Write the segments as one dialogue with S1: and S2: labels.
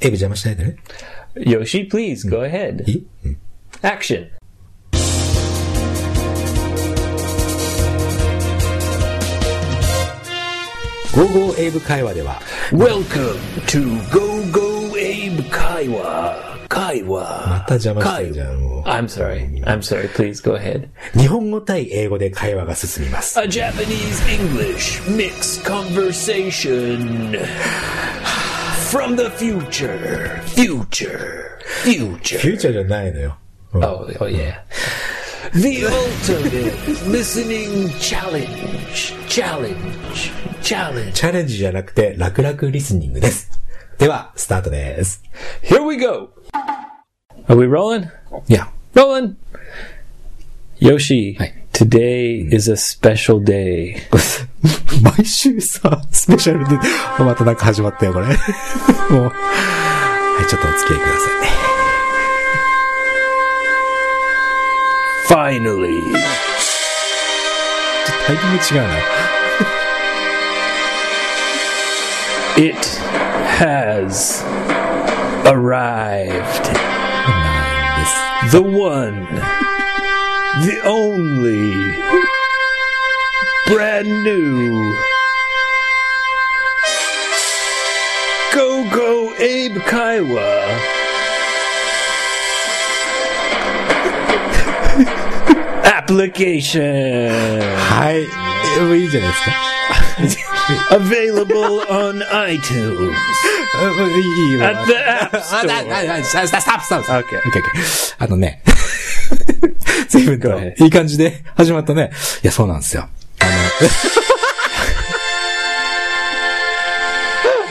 S1: エビ邪魔しないでね。
S2: Yoshi, please go ahead.
S1: いいうん
S2: Action.
S1: ゴーゴーエイブ会話では、
S2: Welcome to Go Go Abe Kaiwa.
S1: ま
S2: Kaiwa.
S1: た邪魔してるじゃん、も
S2: I'm sorry. I'm sorry. Please go ahead.
S1: う。日本語対英語で会話が進み ます。
S2: A Japanese English mixed conversation from the future. Future.
S1: フ
S2: Future.
S1: ューチャーじゃないのよ。うん
S2: Oh, oh yeah. The ultimate listening challenge. Challenge. Challenge.
S1: チャレンジじゃなくて、楽々リスニングです。では、スタートです。
S2: Here we go. Are we rolling?
S1: いや、
S2: Rolling. Yoshi,
S1: Hi.
S2: today is a special day.
S1: 毎週さ、スペシャルで、またなんか始まったよ、これ。もう。 はい、ちょっとお付き合いください。
S2: Finally.
S1: タイミング違うな。
S2: It has arrived.
S1: なんで
S2: The one, the only, brand new. Go Go Abe Kaiwa. Application
S1: す。はい。えもういいじゃないですか。
S2: available on iTunes
S1: あもういい、いい。
S2: at the App
S1: あ、だ、
S2: Store.
S1: だ、だ、スタスタスタスタスタ。
S2: オッケー
S1: オッケーオッケーあのね。 随分と
S2: ahead、
S1: いい感じで始まったね。いや、そうなんですよ。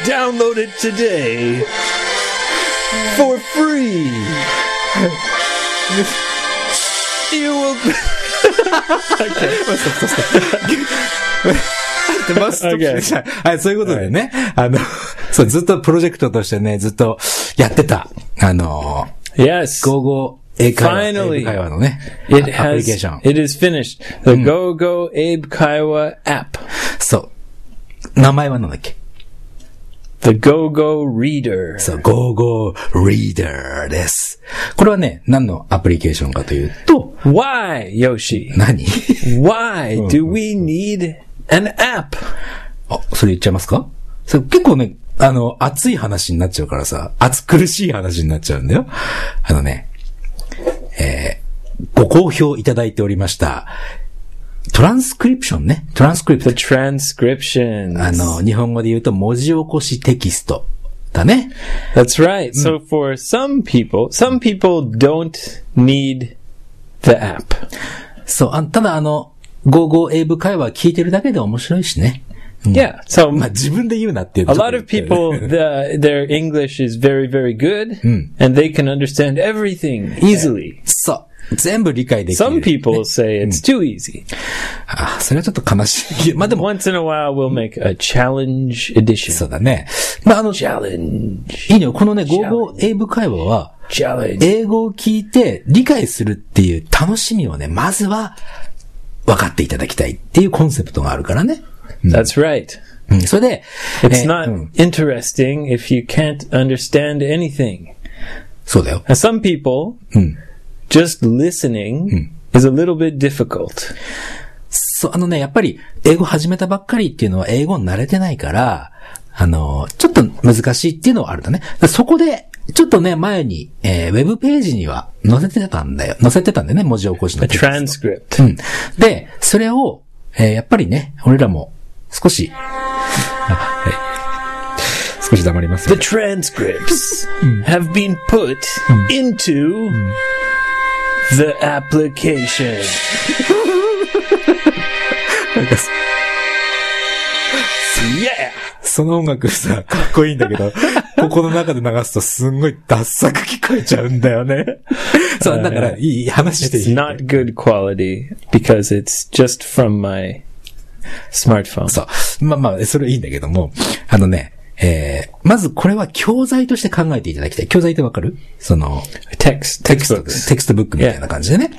S2: Download it today for free. You will.
S1: でバスト
S2: Okay.
S1: じゃあはい、そういうことでね。あの、そう、ずっとプロジェクトとしてね、ずっとやってた、あの、
S2: Yes.
S1: ゴーゴー英会話
S2: Finally.
S1: 英会話のね、アプ
S2: It
S1: リケー
S2: has.
S1: ション。
S2: It is finished. The Go Go Abe Kaiwa app.
S1: そう。名前はなんだっけ
S2: The Go Go Reader.
S1: そう、ゴーゴーリーダーです。これはね、何のアプリケーションかというと、
S2: Why, Yoshi?
S1: 何
S2: Why do we need an app?
S1: あ、それ言っちゃいますかそれ結構ね、あの、熱い話になっちゃうからさ、熱苦しい話になっちゃうんだよ。あのね、えー、ご好評いただいておりました、トランスクリプションね。トランスクリプト
S2: The。transcriptions.
S1: あの、日本語で言うと文字起こしテキストだね。
S2: That's right. So for some people, some people don't need the app.
S1: そう、あただあの、55英語会話聞いてるだけで面白いしね。
S2: Yeah. So
S1: まあ自分で言うなっていう。
S2: a lot of people, the, their English is very, very good, and they can understand everything easily.
S1: そう。全部理解できる。
S2: Some people say it's too easy.
S1: あ、それはちょっと悲しいいや。まあでも、
S2: Once in a while, we'll make a challenge edition.
S1: そうだね。まああの、
S2: Challenge.
S1: いいのこのね、55英語会話は、
S2: Challenge.
S1: 英語を聞いて理解するっていう楽しみをね、まずは分かっていただきたいっていうコンセプトがあるからね。
S2: That's right.
S1: うん、それで、
S2: It's
S1: え
S2: not
S1: うん
S2: interesting if you can't understand anything.
S1: そうだよ。
S2: Now, some people, just listening is a little bit difficult.
S1: そう、あのね、やっぱり、英語始めたばっかりっていうのは英語に慣れてないから、あの、ちょっと難しいっていうのはあるんだね。だからそこで、ちょっとね、前に、えーウェブページには載せてたんだよ。載せてたんだよね、文字起こしの
S2: A
S1: テキスト。
S2: transcript.
S1: うん。で、それを、えーやっぱりね、俺らも、少し、少し黙ります
S2: The transcripts have been put into the application. Yeah!
S1: その音楽さ、かっこいいんだけ ど、ここの中で流すとすんごいダッサく聞こえちゃうんだよね。 そう、だから、いい、話してい
S2: It's
S1: い。
S2: not good quality because it's just from my smartphone.
S1: そう。まあまあ、それいいんだけども、あのね、えー、まずこれは教材として考えていただきたい。教材ってわかるその、
S2: Text,
S1: テキスト
S2: textbooks.
S1: テキストブックみたいな感じでね。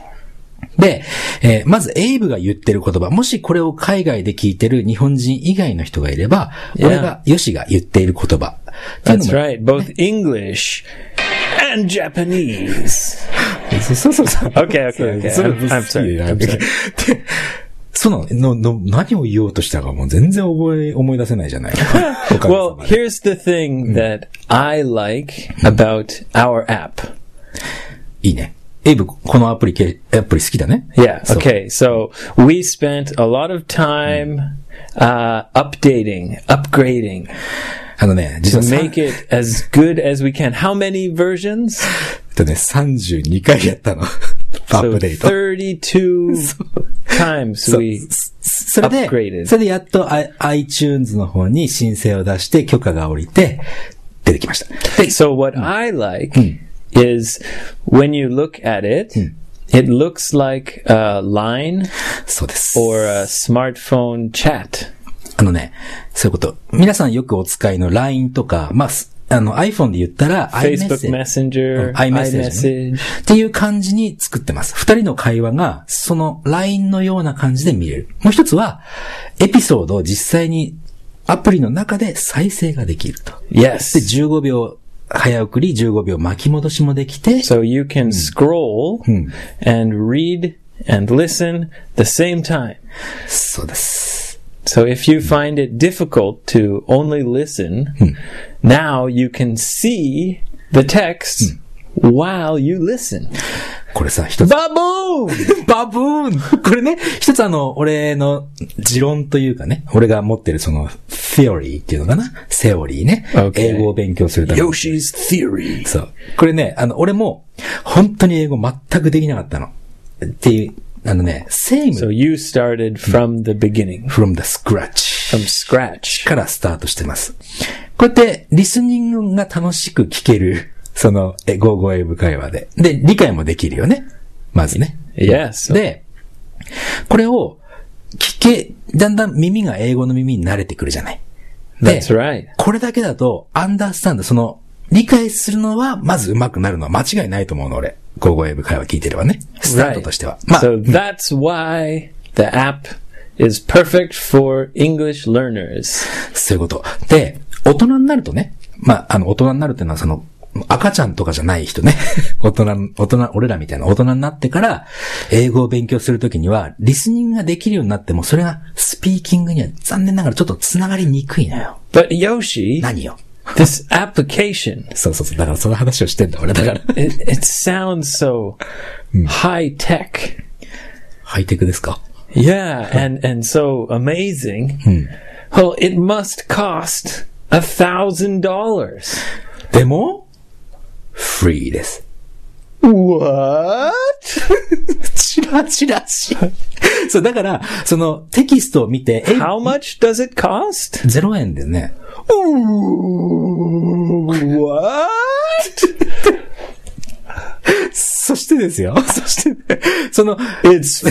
S1: で、えーまずエイブが言ってる言葉、もしこれを海外で聞いてる日本人以外の人がいれば、これがヨシが言っている言葉。っていうの
S2: That's
S1: も
S2: right, both English and Japanese.
S1: そうそうそう そう。
S2: Okay, okay, okay.
S1: それ
S2: I'm- I'm sorry. I'm
S1: で、そののの、何を言おうとしたかもう全然覚え、思い出せないじゃ ない。おかげさ
S2: Well,
S1: まで
S2: here's the thing that I like about our app.
S1: いいね。エイブ、このアプリけ、アプリ好きだね。
S2: Yeah,
S1: そう
S2: okay, so we spent a lot of time uh, updating, upgrading
S1: あのね、実
S2: to
S1: はさん
S2: make it as good as we can. How many versions?
S1: えっとね、32回やったの。アッ
S2: So
S1: プデート。
S2: 32 times
S1: そう
S2: we
S1: そそれで
S2: upgraded、
S1: それでやっとあ iTunes の方に申請を出して許可が下りて出てきました。で、
S2: So what I like is when you look at it, it looks like a line
S1: そうです。
S2: or a smartphone chat.
S1: あのね、そういうこと。皆さんよくお使いの LINE とか、まあ、すあの iPhone で言ったら
S2: Facebook
S1: iMessage
S2: Messenger,
S1: うん iMessage ね
S2: iMessage.
S1: っていう感じに作ってます。二人の会話がその LINE のような感じで見れる。もう一つは、エピソードを実際にアプリの中で再生ができると。で、
S2: Yes.
S1: 15秒早送り、15秒巻き戻しもできて、
S2: So you can scroll and read and listen the same time.
S1: そうです。
S2: So if you find it difficult to only listen, now you can see the text while you listen.
S1: これさ、一つ
S2: Baboom!
S1: バブーンこれね、一つあの、俺の持論というかね、俺が持ってるその、セオリーっていうのかなセオリーね。
S2: Okay.
S1: 英語を勉強するために。
S2: Yoshi's Theory.
S1: そう。これね、あの、俺も、本当に英語全くできなかったの。っていう、あのね、same
S2: So you started from the beginning,
S1: from the scratch
S2: from scratch.
S1: からスタートしてます。こうやって、リスニングが楽しく聞ける、その、え、ゴーゴー英語会話で。で、理解もできるよね。まずね。
S2: Yes.
S1: で、これを聞け、だんだん耳が英語の耳に慣れてくるじゃない。で、
S2: That's right.
S1: これだけだと、アンダースタンド、その、理解するのは、まず上手くなるのは間違いないと思うの、俺。ゴーゴー英語会話聞いてればね。スタートとしては。まあ、
S2: So that's why the app is perfect for English learners.
S1: そういうこと。で、大人になるとね、まあ、あの、大人になるっていうのは、その、赤ちゃんとかじゃない人ね。 大人、大人、俺らみたいな大人になってから、英語を勉強するときには、リスニングができるようになっても、それがスピーキングには残念ながらちょっと繋がりにくいのよ。
S2: But Yoshi,
S1: 何よ。
S2: this application,
S1: そうそうそう。だからその話をしてんだ、俺だから。
S2: it, it sounds so high tech.
S1: ハイテクですか
S2: Yeah, and, and so amazing. Well, it must cost a thousand dollars.
S1: でも、フリーです。
S2: What?
S1: チラチラし。そう、だから、その、テキストを見て、え、
S2: How much does it cost?
S1: 0円だよね。
S2: What?
S1: そしてですよ。そして、その、
S2: It's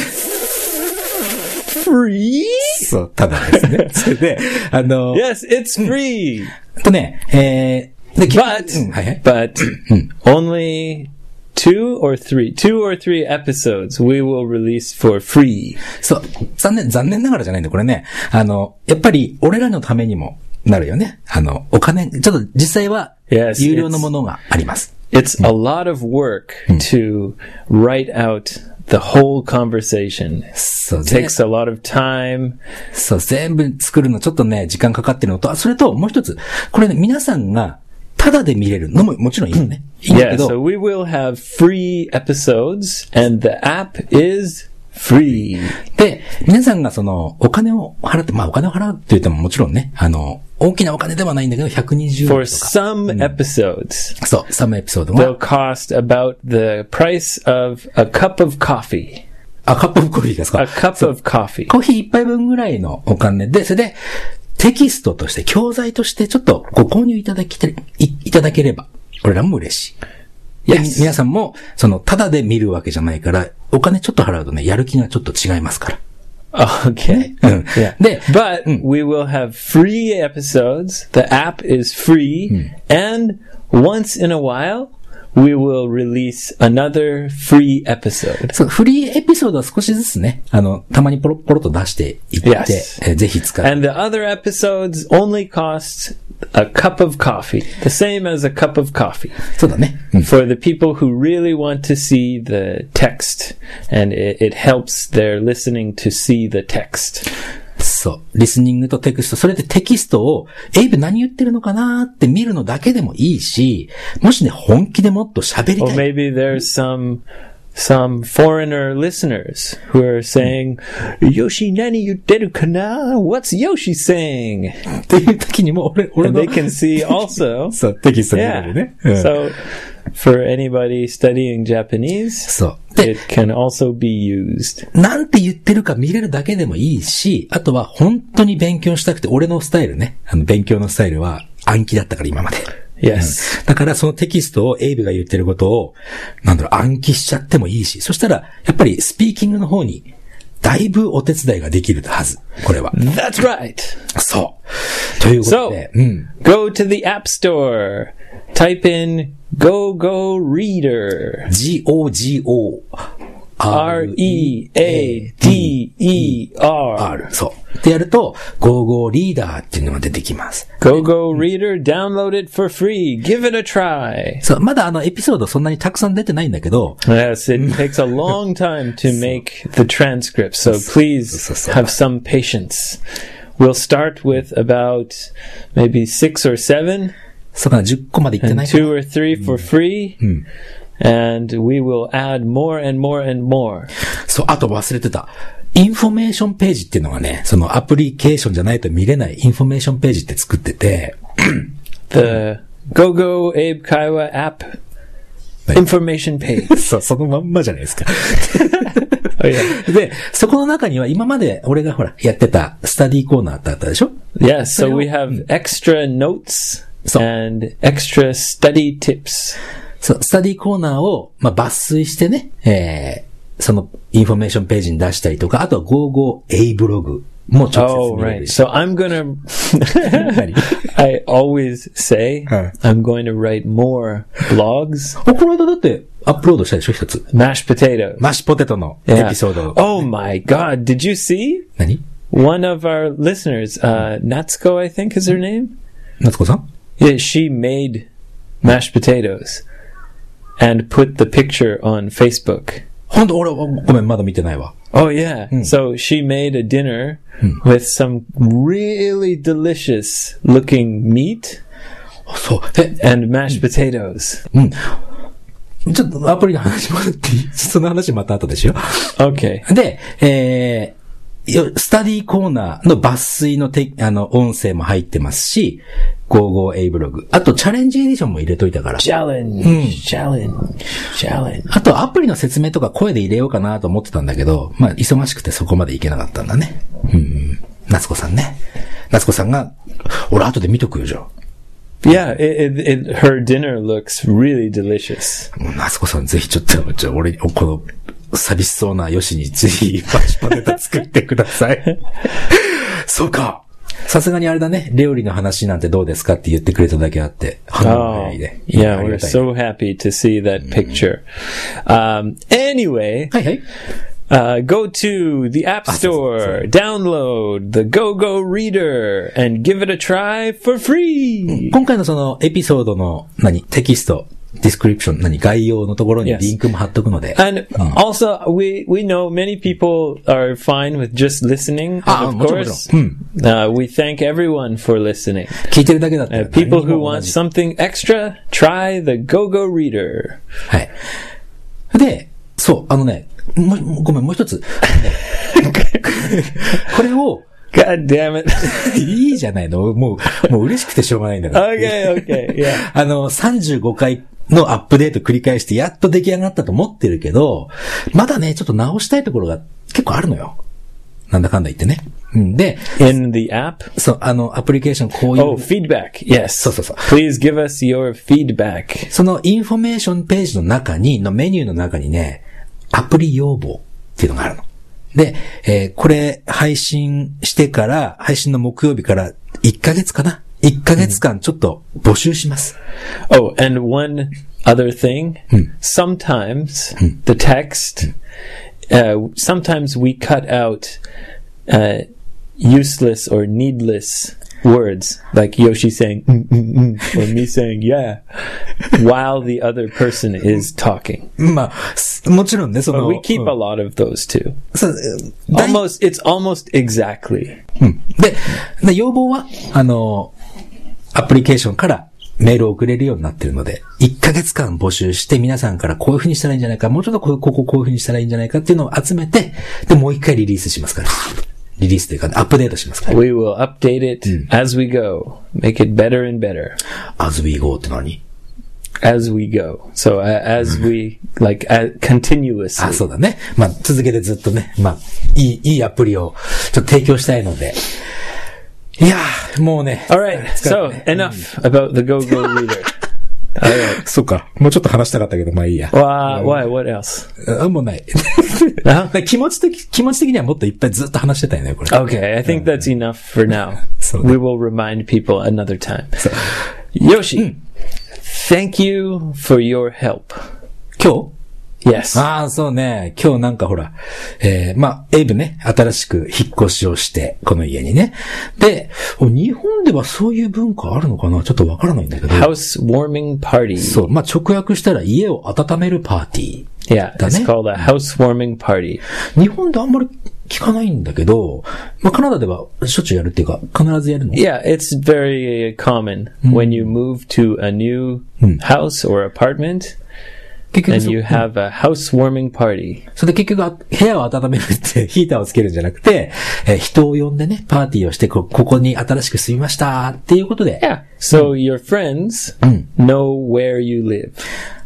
S2: free?
S1: そう、ただですね。それで、あの、
S2: Yes, it's free.
S1: えっとね、えー、で、
S2: But
S1: うんはいはい。
S2: but only two or three, two or three episodes we will release for free.
S1: そう、残念、残念ながらじゃないんだ、これね。あの、やっぱり、俺らのためにもなるよね。あの、お金、ちょっと実際は、
S2: Yes,
S1: 有料のものがあります。
S2: It's a lot of work to write out the whole conversation.
S1: そう、ぜ
S2: Takes a lot of time.
S1: そう、全部作るのちょっとね、時間かかってるのと、あ、それと、もう一つ、これね、皆さんが、ただで見れるのも、もちろんいいのね。いいんだ
S2: Yeah,
S1: けど、
S2: so we will have free episodes and the app is free.
S1: で、皆さんがその、お金を払って、まあお金を払うって言ってももちろんね、あの、大きなお金ではないんだけど、120円と
S2: For
S1: か。
S2: some episodes,
S1: そう、サムエピソードが
S2: they'll。cost about the price of a cup of coffee.
S1: あ、カップオブコーヒーですか
S2: A cup of coffee.
S1: コーヒー一杯分ぐらいのお金で、それで、テキストとして、教材として、ちょっとご購入いただきて、いいただければ、俺らも嬉しい。で
S2: Yes
S1: 皆さんも、その、ただで見るわけじゃないから、お金ちょっと払うとね、やる気がちょっと違いますから。
S2: Okay.
S1: Mm.
S2: yeah.
S1: There.
S2: But we will have free episodes. The app is free. And once in a while, we will release another free episode.
S1: そう、フリーエピソードは少しずつね、あの、たまにポロポロと出していって、
S2: Yes.
S1: えーぜひ使って。
S2: And the other episodes only cost a cup of coffee, the same as a cup of coffee
S1: そうだね。うん
S2: for the people who really want to see the text and it, it helps their listening to see the text.
S1: そう。リスニングとテクスト、それでテキストを、エイブ何言ってるのかなーって見るのだけでもいいし、もしね、本気でもっと喋り
S2: Or
S1: たい。
S2: maybe there's some some foreigner listeners who are saying Yoshi nani yuteru kana? What's Yoshi saying?
S1: っていう時にも、俺、俺
S2: And
S1: の
S2: they、can see also.
S1: そう、テキスト見れ
S2: Yeah.
S1: るね。うん
S2: So for anybody studying Japanese,
S1: そう。で
S2: it、can also be used.
S1: なんて言ってるか見れるだけでもいいし、あとは本当に勉強したくて、俺のスタイルね。あの、勉強のスタイルは暗記だったから今まで。
S2: Yes.
S1: だからそのテキストをエイブが言ってることを、なんだろう、暗記しちゃってもいいし、そしたら、やっぱりスピーキングの方に、だいぶお手伝いができるはず。これは。
S2: That's right.
S1: そう。ということで、
S2: So-
S1: うん。
S2: Go to the App Store. Type in Go Go Reader.
S1: G-O-G-O。
S2: R E A D E R.
S1: R。そう。ってやると、GoGo リーダーっていうのが出てきます。
S2: Go Go Reader. Download it for free. Give it a try.
S1: そう、まだあの、エピソードそんなにたくさん出てないんだけど、
S2: Yes, it takes a long time to make the transcript, so please have some patience. We'll start with about maybe six or seven.
S1: そうかな、10個までいってない
S2: and
S1: かな
S2: two or three for
S1: Hmm.
S2: free. And we will add more and more and more.
S1: そう、あと忘れてた。インフォメーションページっていうのがね、そのアプリケーションじゃないと見れないインフォメーションページって作ってて、
S2: The GoGo Abe Kaiwa app
S1: Right.
S2: information page.
S1: そう、そのまんまじゃないですか。
S2: oh yeah.
S1: で、そこの中には今まで俺がほら、やってたスタディコーナーってあったでしょ
S2: Yeah, so we have extra notes
S1: Hmm. So-
S2: and extra study tips.
S1: そう、スタディコーナーを、まあ、抜粋してね、えー、そのインフォメーションページに出したりとか、あとは 55A ブログも直接
S2: Oh
S1: 見れ
S2: right.
S1: るし。
S2: So I'm gonna
S1: 何
S2: I always say
S1: Huh.
S2: I'm going to write more blogs.
S1: おこの間だってアップロードしたでしょ一つ。
S2: Mashed potato.
S1: マッシュポテトのエ
S2: Yeah.
S1: ピソード。
S2: Oh my god, did you see?
S1: 何
S2: one of our listeners, uh, Natsuko, I think is her name.
S1: 夏子さん
S2: Yeah, she made mashed potatoes and put the picture on Facebook.
S1: ほんと、俺、ごめん、まだ見てないわ。
S2: Oh yeah. Hmm. So she made a dinner with some really delicious looking meat
S1: そう。え、
S2: and mashed potatoes.
S1: ちょっとアプリの話戻っていいその話また後でしよ
S2: Okay.
S1: う。で、えーよスタディコーナーの抜粋のて、あの、音声も入ってますし、55A ブログ。あと、チャレンジエディションも入れといたから。
S2: Challenge, challenge, challenge.
S1: あと、アプリの説明とか声で入れようかなと思ってたんだけど、まあ、忙しくてそこまでいけなかったんだね。うん。夏子さんね。夏子さんが、俺後で見とくよ、じゃあ。
S2: Yeah, it, it, it, her dinner looks really delicious.
S1: もう夏子さんぜひちょっと、ちょ、俺、この、寂しそうなヨシにぜひ、マッシュポテト作ってください。 そうか。さすがにあれだね、料理の話なんてどうですかって言ってくれただけあって、反応が
S2: Oh,
S1: 早いで。
S2: yeah,
S1: あり
S2: we're
S1: がたい
S2: so happy to see that picture. Um, anyway,
S1: はいはい。
S2: uh, go to the App
S1: so-
S2: Store, download the GoGo Reader, and give it a try for free.
S1: 今回のその、エピソードの、何、テキスト、ディスクリプション、何、概要のところに
S2: Yes.
S1: リンクも貼っとくので。
S2: And also, we, we know many people are fine with just listening.
S1: Ah,
S2: and of
S1: もちろん、もちろん。
S2: course, uh, we thank everyone for listening.
S1: 聞いてるだけだったら
S2: Uh, people
S1: 何にも
S2: who
S1: 同
S2: want
S1: じ
S2: something extra, try the GoGo Reader.
S1: はい。で、そう、あのね、もうもうごめん、もう一つ。 これを、
S2: God damn it.
S1: いいじゃないのもう、もう嬉しくてしょうがないんだから。
S2: okay, okay, yeah.
S1: あの、35回のアップデート繰り返して、やっと出来上がったと思ってるけど、まだね、ちょっと直したいところが結構あるのよ。なんだかんだ言ってね。うん、で、
S2: In the app,
S1: そう、あの、アプリケーションこういう
S2: Oh, feedback. Yes.
S1: So, so, so.
S2: Please give us your feedback.
S1: そのインフォメーションページの中に、のメニューの中にね、アプリ要望っていうのがあるの。で、えーこれ配信してから、配信の木曜日から1ヶ月かな ?1 ヶ月間ちょっと募集します。
S2: Oh, and one other thing. Sometimes the text, uh, sometimes we cut out uh, useless or needless words, like Yoshi saying, mm, mm, mm, or me saying, yeah, while the other person is talking.
S1: まあ、すもちろんね、その、
S2: We keep
S1: うん
S2: a lot of those too.
S1: そう大
S2: Almost, it's almost exactly.
S1: うんで、で要望は、あの、アプリケーションからメールを送れるようになってるので、1ヶ月間募集して皆さんからこういう風にしたらいいんじゃないか、もうちょっとこうこここういう風にしたらいいんじゃないかっていうのを集めて、で、もう一回リリースしますから。リリースというか、アップデートしますから。
S2: We will update it as we go, make it better and better.
S1: as we go って何
S2: as we go. So uh, as
S1: Mm-hmm.
S2: we like uh,
S1: あ、
S2: continuously.
S1: そうだね。まあ、続けてずっとね、まあ、いい、いいアプリをちょっと提供したいので。いやー、もうね。
S2: All right. So enough about the Go Go Reader.
S1: そうか。もうちょっと話したかったけど、まあいいや。
S2: Why? Why? What else?
S1: あ、もう ない。
S2: あ
S1: で気持ち的、気持ち的にはもっといっぱいずっと話してたよね、これ。
S2: Okay. I think that's enough for now.
S1: So-
S2: we will remind people another time.
S1: hmm.
S2: Yoshi, thank you for your help.
S1: 今日
S2: Yes.
S1: ああ、そうね。今日なんかほら、えー、まあ、エイブね、新しく引っ越しをして、この家にね。で、お日本ではそういう文化あるのかなちょっとわからないんだけど。
S2: Housewarming party.
S1: そう、まあ、直訳したら家を温めるパーティー。
S2: Yeah, it's
S1: Done it? Hmm.
S2: called a housewarming party.
S1: 日本であんまり聞かないんだけど、まあ、カナダではしょっちゅうやるっていうか、必ずやるの
S2: Yeah, it's very common when
S1: Hmm.
S2: you move to a new house or apartment.
S1: 結局
S2: and
S1: そ
S2: you have a housewarming party.
S1: それで結局、あ部屋を温めるって、 ヒーターをつけるんじゃなくて、えー人を呼んでね、パーティーをしてこ、ここに新しく住みましたっていうことで、
S2: Yeah. So your friends know where you live.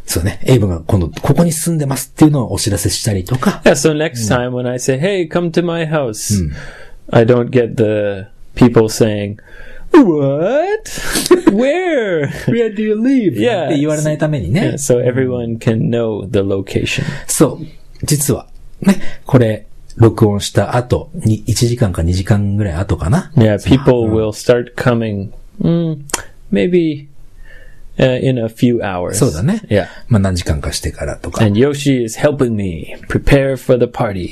S1: そうね、エイブが今度、ここに住んでますっていうのをお知らせしたりとか、
S2: Yeah. So next time when I say, "Hey, come to my house," I don't get the people saying, "What? where?"
S1: Where do you live? って言われないためにね
S2: Yeah, so everyone can know the location.
S1: そう、実は、ね、これ、録音した後、に1時間か2時間ぐらい後かな。
S2: Yeah. People will start coming. Mm, maybe uh, in a few hours.
S1: そうだね。
S2: Yeah.
S1: まあ何時間かしてからとか。
S2: And Yoshi is helping me prepare for the party.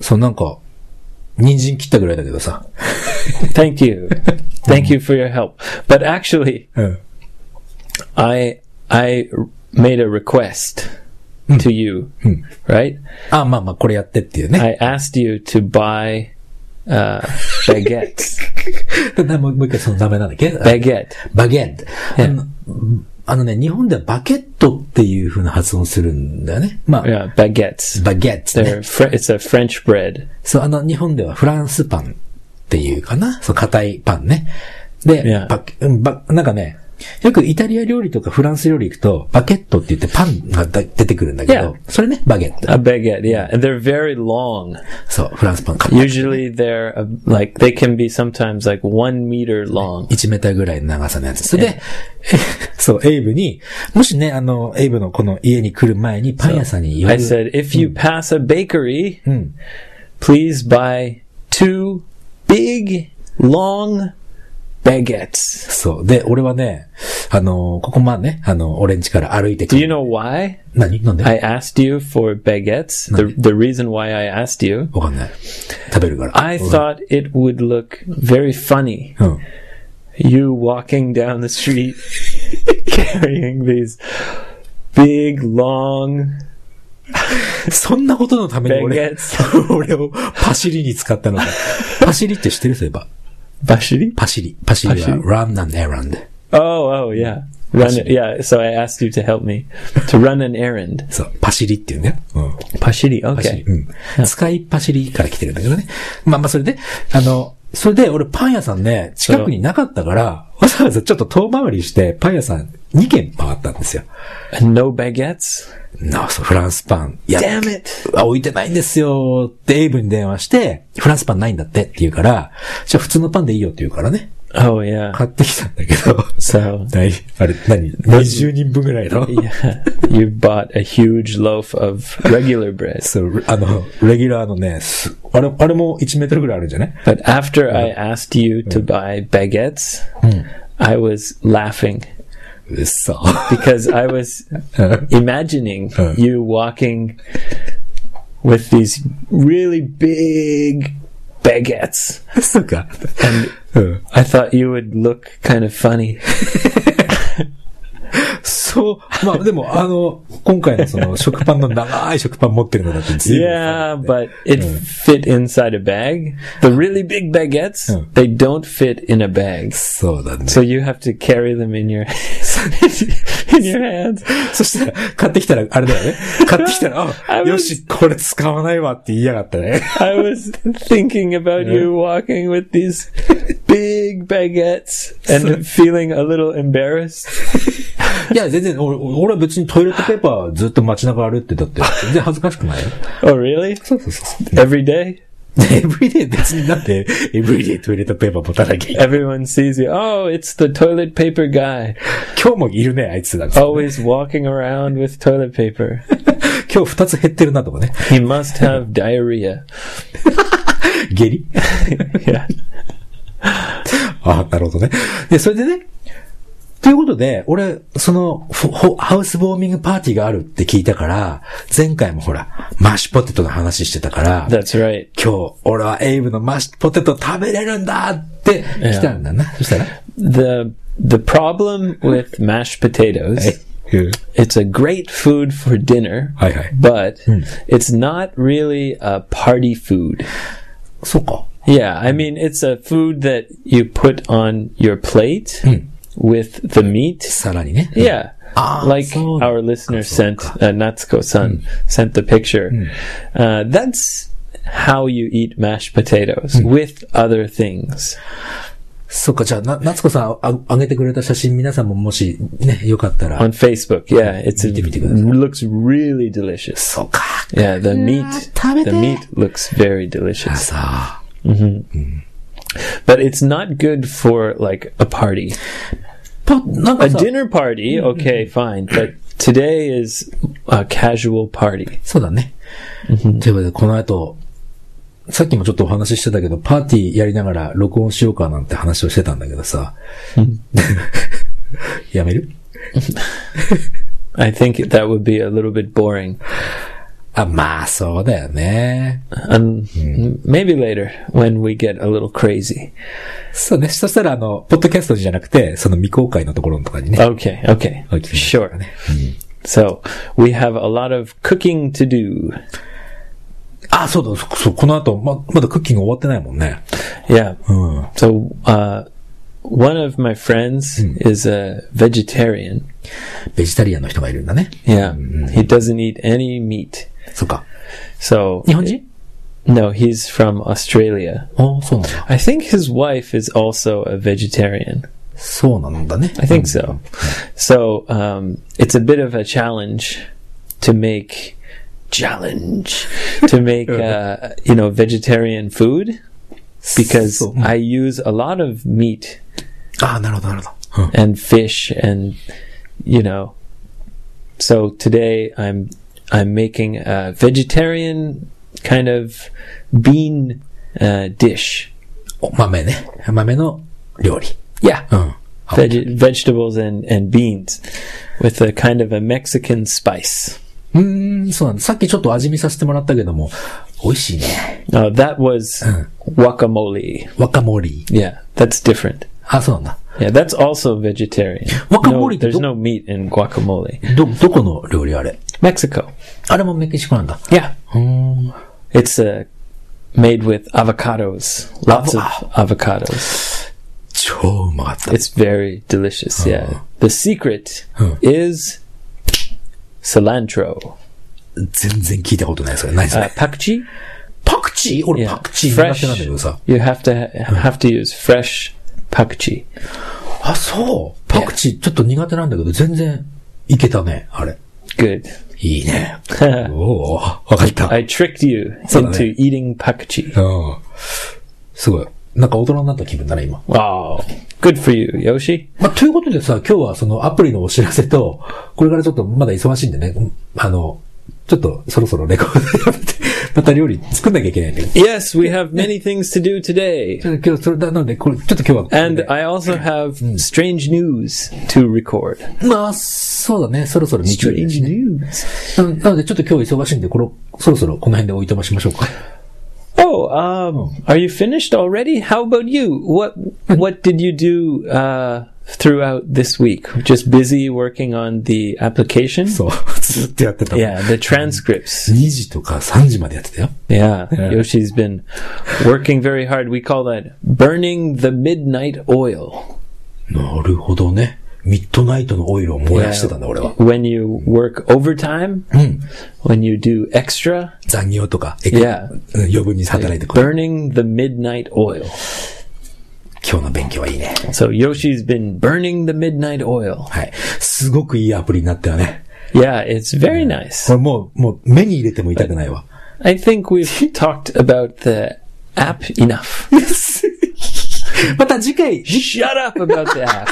S1: そう、なんか、人参切ったぐらいだけどさ。
S2: Thank you. Thank you for your help. But actually,
S1: うん。
S2: I I r- made a request to you, right?
S1: あ、まあまあ、これやってっていうね。
S2: I asked you to buy uh, baguettes.
S1: でもうもう一回その名前なんだっけ
S2: Baguette.
S1: バゲット。
S2: ええ
S1: あのあのね、日本ではバケットっていう風な発音するんだよね。まあ、
S2: Yeah, baguettes.
S1: バゲット、ね。
S2: They're fr- it's a French bread.
S1: そう、あの、日本ではフランスパンっていうかな。そう、硬いパンね。で、
S2: ええ
S1: バケうんバなんかね、よくイタリア料理とかフランス料理行くと、バケットって言ってパンがだ出てくるんだけど
S2: え、
S1: それね、バゲット。
S2: A baguette, yeah. And they're very long.
S1: そう、フランスパン。
S2: Usually they're uh, like, they can be sometimes like one meter long.
S1: 1メーターぐらいの長さのやつ。それで、そう、エイブに、もしね、あの、エイブのこの家に来る前にパン屋さんに寄
S2: I
S1: る
S2: said, if you pass a bakery, please buy two big, long baguettes.
S1: そう。で、俺はね、あのーここまでね、あの、俺ん家から歩いてく
S2: Do you
S1: る。
S2: know why
S1: 何なんで
S2: I asked you for baguettes? The, the reason why I asked you,
S1: わかんない。食べるから。
S2: I thought it would look very funny
S1: うん。
S2: you walking down the street carrying these big, long
S1: そんなことのために俺、
S2: baguettes.
S1: 俺をパシリに使ったの か。パシリって知ってるそういえば。
S2: Bashiri?
S1: パシリ。パシリは
S2: パシリ
S1: run and errand。
S2: Oh, oh, yeah. Run, yeah, so I asked you to help me to run an errand.
S1: そう。パシリっていうね。うん。
S2: Pashiri,
S1: パシ
S2: okay.
S1: リ。うん。使いパシリから来てるんだけどね。まあまあそれで、あの、それで俺パン屋さんね、近くになかったから、わざわざちょっと遠回りして、パン屋さん2軒回ったんですよ。
S2: And no baguettes?
S1: なあ、そう、フランスパン。いや、
S2: Damn it!
S1: あ、置いてないんですよってエイブに電話して、フランスパンないんだってって言うから、じゃあ普通のパンでいいよって言うからね、
S2: Oh yeah.
S1: 買ってきたんだけど、
S2: So
S1: 何あれ、何 ?20 人分ぐらいの
S2: yeah, you bought a huge loaf of regular bread.
S1: そう、あの、レギュラーのね、すあれ、あれも1メートルぐらいあるんじゃない
S2: But after I asked you to buy baguettes, I was laughing
S1: 嘘。
S2: because I was imagining
S1: Uh.
S2: you walking with these really big baguettes.
S1: そうか。うん。
S2: I thought you would look kind of funny.
S1: そう。まあでも、あの、今回のその食パンの長い食パン持ってるのだって随分あ
S2: Yeah,
S1: るんで
S2: but it fit inside a bag. The really big baguettes,
S1: Uh.
S2: they don't fit in a bag.
S1: そうだね。
S2: So you have to carry them in your in your hands.
S1: そしたら、買ってきたら、あれだ よね。買ってきたら、あ、
S2: I was-
S1: よし、これ使わないわって言いやがったね。
S2: I was thinking about you walking with these big baguettes and feeling a little embarrassed.
S1: いや、全然、俺、俺は別にトイレットペーパーずっと街中歩いてた って、全然恥ずかしく ないよ。
S2: Oh, really?
S1: そうそうそうそう。
S2: Every day,
S1: エブリデイ別になんで、エブリデイトイレットペーパー持たなきゃいけない。
S2: everyone sees you. Oh, it's the toilet paper guy,
S1: 今日もいるね、あいつだ。今
S2: always walking around with toilet paper.
S1: 日二つ減ってるなとかね。
S2: He must have diarrhea.
S1: 下 痢
S2: Yeah.
S1: あなるほどね。で、それでね、ということで、俺、その、ほほハウスウォーミングパーティーがあるって聞いたから、前回もほら、マッシュポテトの話してたから、
S2: That's right.
S1: 今日、俺はエイブのマッシュポテト食べれるんだって来たんだな。そしたら。
S2: The the problem with mashed potatoes
S1: うん
S2: it's a great food for dinner,
S1: はいはい。
S2: but
S1: Hmm.
S2: it's not really a party food.
S1: そうか。
S2: Yeah,
S1: Hmm.
S2: I mean, it's a food that you put on your plate with the meat.
S1: さらにね。
S2: Yeah.
S1: Hmm. Ah,
S2: like
S1: so- Hmm.
S2: our listener sent, uh, Natsuko san sent the picture. Uh, that's how you eat mashed potatoes
S1: Hmm.
S2: with other things.
S1: そうか、じゃあ、な、夏子さんああげてくれた写真皆さんももし、ね、よかったら。
S2: On Facebook, yeah, it's
S1: Meat, meat,
S2: it
S1: meat.
S2: looks really delicious.
S1: そうか。
S2: Yeah, the meat,
S1: tabete.
S2: the meat looks very delicious.
S1: さあ。
S2: But it's not good for like a party.
S1: パ、なん
S2: A
S1: かさ、
S2: dinner party, okay, fine. But today is a casual party.
S1: そうだね。ということで、この後、さっきもちょっとお話ししてたけど、パーティーやりながら録音しようかなんて話をしてたんだけどさ。 やめる
S2: I think that would be a little bit boring.
S1: あ、まあ、そうだよね。
S2: Um, Maybe later when we get a little crazy.
S1: そうね。そしたら、あの、ポッドキャストじゃなくて、その未公開のところのとかにね。
S2: Okay, okay,
S1: Okay.
S2: sure. So we have a lot of cooking to do.
S1: あ、そうだ、そそう、この後、ま、まだクッキング終わってないもんね。
S2: Yeah.
S1: うん。
S2: So uh, one of my friends is a vegetarian.
S1: ベジタリアンの人がいるんだね。
S2: Yeah, Mm-hmm. he doesn't eat any meat.
S1: そっか。
S2: So
S1: 日本人
S2: no, he's from Australia.
S1: あそうなんだ。
S2: I think his wife is also a vegetarian.
S1: そうなんだね。
S2: I think so. So um, it's a bit of a challenge to make challenge to make uh, you know vegetarian food because
S1: So-
S2: I use a lot of meat
S1: ああ、なるほど、なるほど。うん。
S2: and fish and you know. So today I'm I'm making a vegetarian kind of bean uh, dish.
S1: お豆ね。豆の料理。
S2: Yeah.
S1: うん。
S2: Veg- vegetables and, and beans with a kind of a Mexican spice.
S1: うーん、そうなんだ。さっきちょっと味見させてもらったけども、美味しいね。
S2: No, that was guacamole.
S1: 若森。
S2: Yeah, that's different.
S1: あ、そうなんだ。
S2: Yeah, that's also vegetarian.
S1: Guacamole
S2: No, there's
S1: do-
S2: no meat in guacamole.
S1: ど、どこの料理あれ
S2: Mexico.
S1: あれもメキシコなんだ。
S2: Yeah,
S1: うーん。
S2: it's uh, made with avocados. Lots
S1: Avo-
S2: of avocados.
S1: 超うまかった。
S2: It's very delicious. Yeah. The secret
S1: Huh.
S2: is cilantro.
S1: 全然聞いたことない、それ。何そ
S2: Uh,
S1: れ。
S2: pak chi?
S1: パクチー俺
S2: Yeah.
S1: パクチー苦手なんだけどさ。
S2: You have to have to use fresh pak chi.
S1: あ、そう。パクチーちょっと苦手なんだけど、全然いけたね、あれ。
S2: Good.
S1: いい ね。おおわかった。
S2: I tricked you
S1: So-
S2: into eating pak chi.
S1: うん。すごい。なんか大人になった気分だね、今。
S2: Wow. Good for you, Yoshi.
S1: まあ、ということでさ、今日はそのアプリのお知らせと、これからちょっとまだ忙しいんでね、うんあの、ちょっとそろそろレコードやめて、 また料理作んなきゃいけないんだけど。
S2: Yes, we have many things to do today.
S1: ちょっと今日、それなので、これ、ちょっと今日はこれで
S2: And I also have strange news to record.
S1: まあ、そうだね。そろそろ日曜日だし
S2: Strange
S1: ね。
S2: news.
S1: なのなので、ちょっと今日忙しいんで、この、そろそろこの辺でおいとましましょうか。
S2: Oh, um, are you finished already? How about you? What what did you do uh, throughout this week? Just busy working on the application?
S1: そう。 ずっとやってた。
S2: Yeah, the transcripts.
S1: 2時とか3時までやってたよ。
S2: Yeah,
S1: Yeah.
S2: Yoshi's been working very hard. We call that burning the midnight oil.
S1: なるほどね。ミッドナイトのオイルを燃やしてたんだ、俺は。
S2: When you work overtime, when you do extra,
S1: 残業とか、
S2: Yeah.
S1: うん余分に働いてくる。
S2: burning the midnight oil.
S1: 今日の勉強はいいね。
S2: So Yoshi's been burning the midnight oil.
S1: はい。すごくいいアプリになったよね。
S2: Yeah, it's very nice.
S1: これもう、もう目に入れても痛くないわ。
S2: I think we've talked about the app enough.
S1: また次回、
S2: Shut up about the app.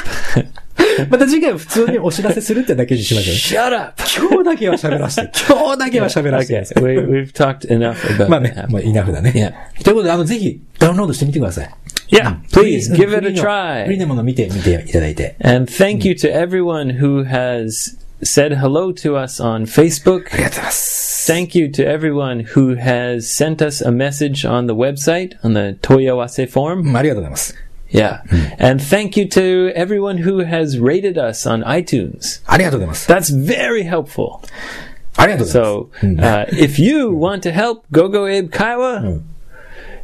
S1: また次回は普通にお知らせするってだけにしましょう。
S2: Shut up.
S1: 今日だけは喋らせて、今日だけは喋らせ
S2: Okay,
S1: て。
S2: we, we've talked enough about
S1: まあ
S2: the
S1: ね
S2: app.、
S1: まあ、イナフだね。ということで、あの、ぜひ、ダウンロードしてみてください。
S2: Yeah, please
S1: うん
S2: give it
S1: フリーのフ
S2: a
S1: リー
S2: try.
S1: なもの見て、見ていただいて。
S2: And thank you to everyone who has said hello to us on
S1: あり
S2: Facebook.
S1: がとうございます。
S2: Thank you to everyone who has sent us a message on the website, on the Toyoase form.
S1: うんありがとうございます。
S2: Yeah. And thank you to everyone who has rated us on iTunes.
S1: ありがとうございます。
S2: That's very helpful.
S1: ありがとうございます。
S2: So, uh, if you want to help GoGo Abe Kaiwa,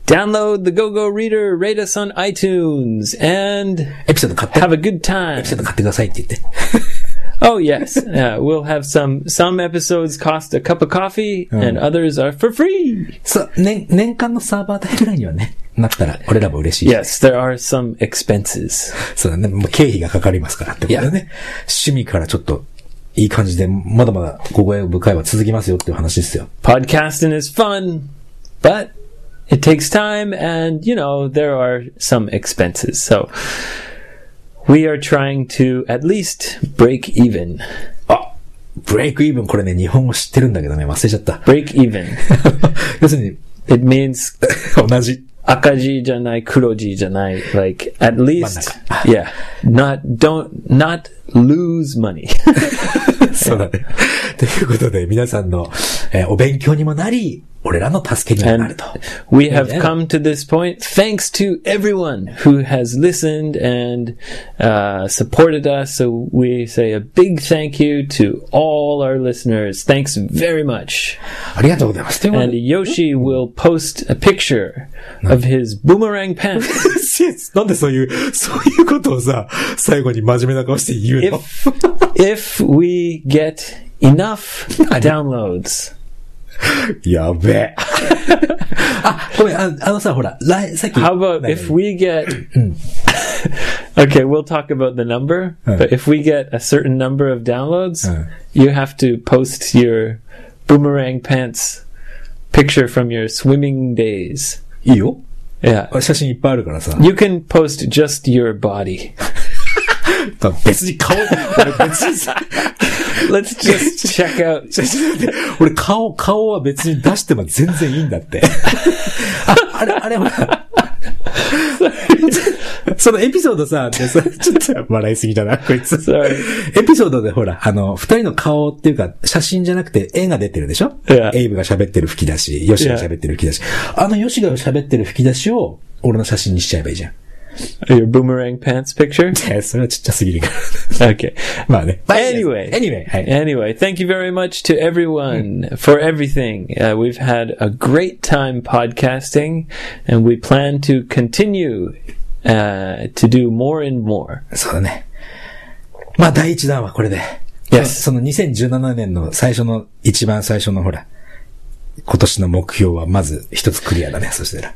S2: download the GoGo Reader, rate us on iTunes, and
S1: エピソード買って、エ
S2: have a good time.
S1: ピソード買ってくださいって言って。
S2: Oh yes, uh, we'll have some. Some episodes cost a cup of coffee, and others are for free.
S1: そう、年、年間のサーバー代ぐらいにはね、なったら、俺らも嬉しい。
S2: Yes, there are some expenses.
S1: そうだね。もう経費がかかりますからってことだね。趣味からちょっと、いい感じで、まだまだ、ごごえ部会は続きますよっていう話ですよ。
S2: Podcasting is fun, but it takes time, and you know there are some expenses. So we are trying to at least break even.
S1: あブレイクイーブン、これね、日本語知ってるんだけどね、忘れちゃった。
S2: Break even.
S1: 要するに、
S2: it means
S1: 同じ。
S2: akaji janai kuroji janai. Like at least,
S1: Manaka.
S2: yeah. Not don't not lose money.
S1: そうだね。 ということで、皆さんの、えーお勉強にもなり、俺らの助けにもなる
S2: And
S1: と。
S2: we have
S1: Yeah.
S2: come to this point thanks to everyone who has listened and uh, supported us. So we say a big thank you to all our listeners. Thanks very much.
S1: ありがとうございます。ということ
S2: And
S1: で
S2: Yoshi will post a picture of his boomerang pants
S1: なんでそういう、そういうことをさ、最後に真面目な顔して言うの
S2: if if we get enough downloads.
S1: やべ え。あ、ごめん、ああのさ、ほら、来、さっき。
S2: How about if we get Okay, we'll talk about the number,
S1: Uh.
S2: but if we get a certain number of downloads,
S1: Uh.
S2: you have to post your boomerang pants picture from your swimming days.
S1: いいよ。
S2: Yeah.
S1: 写真いっぱいあるからさ。
S2: You can post just your body.
S1: 別に顔、俺別にさ、
S2: Let's just check out
S1: ちょちょっと待って俺顔、顔は別に出しても全然いいんだって。あ、あれ、あれほら。そのエピソードさ、でさ、ちょっと笑いすぎだな、こいつ。
S2: Sorry.
S1: エピソードでほら、あの、二人の顔っていうか、写真じゃなくて絵が出てるでしょ
S2: Yeah.
S1: エイブが喋ってる吹き出し、ヨシが喋ってる吹き出し。あのヨシが喋ってる吹き出しを、俺の写真にしちゃえばいいじゃん。
S2: your boomerang pants picture.
S1: え、それはちっちゃすぎるから。
S2: Okay.
S1: まあね。
S2: Anyway.
S1: anyway, はい。
S2: Anyway, thank you very much to everyone for everything. Uh, we've had a great time podcasting, and we plan to continue uh, to do more and more.
S1: そうだね。まあ、第一弾はこれで。
S2: Yes.
S1: その2017年の最初の、一番最初のほら、今年の目標はまず一つクリアだね、そしたら。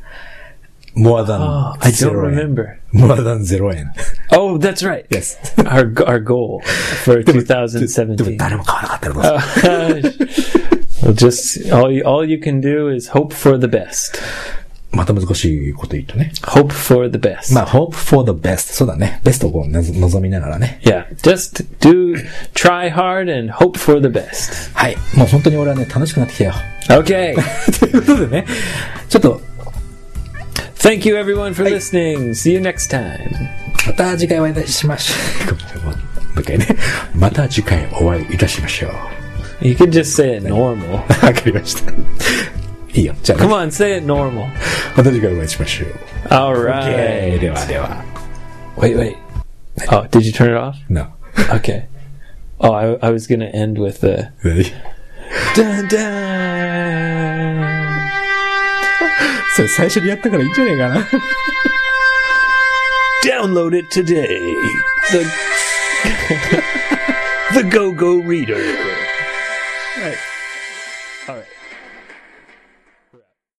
S1: more than
S2: I don't
S1: 0円。
S2: remember.
S1: more than 0円。
S2: Oh, that's right.
S1: Yes.
S2: Our g- our goal for
S1: でも
S2: 2017.
S1: 誰も買わなかったらどうする
S2: well, just all you, all you can do is hope for the best.
S1: また難しいこと言ったね。
S2: Hope for the best.
S1: まあ、hope for the best. そうだね。ベストをこうなぞ望みながらね。
S2: yeah, just do try hard and hope for the best.
S1: はい。もう本当に俺はね、楽しくなってきたよ。
S2: Okay.
S1: ということでね、ちょっと、
S2: Thank you everyone for listening. See you next time.
S1: また次回お会いいたしましょう。ごめんなさいもうもう一回ね。また次回お会いいたしましょう。
S2: You can just say it normal.
S1: わかりました。 いいよ。じゃあ、
S2: Come on, say it normal.
S1: また次回お会いしましょう。
S2: All right.
S1: えー、ではでは。Wait, wait.
S2: Oh, did you turn it off?
S1: No.
S2: Okay. Oh, I, I was gonna end with the
S1: Ready?
S2: dun dun.
S1: それ最初にやったからいいんじゃねえかな。
S2: Download it today. The the Go Go Reader.
S1: Right.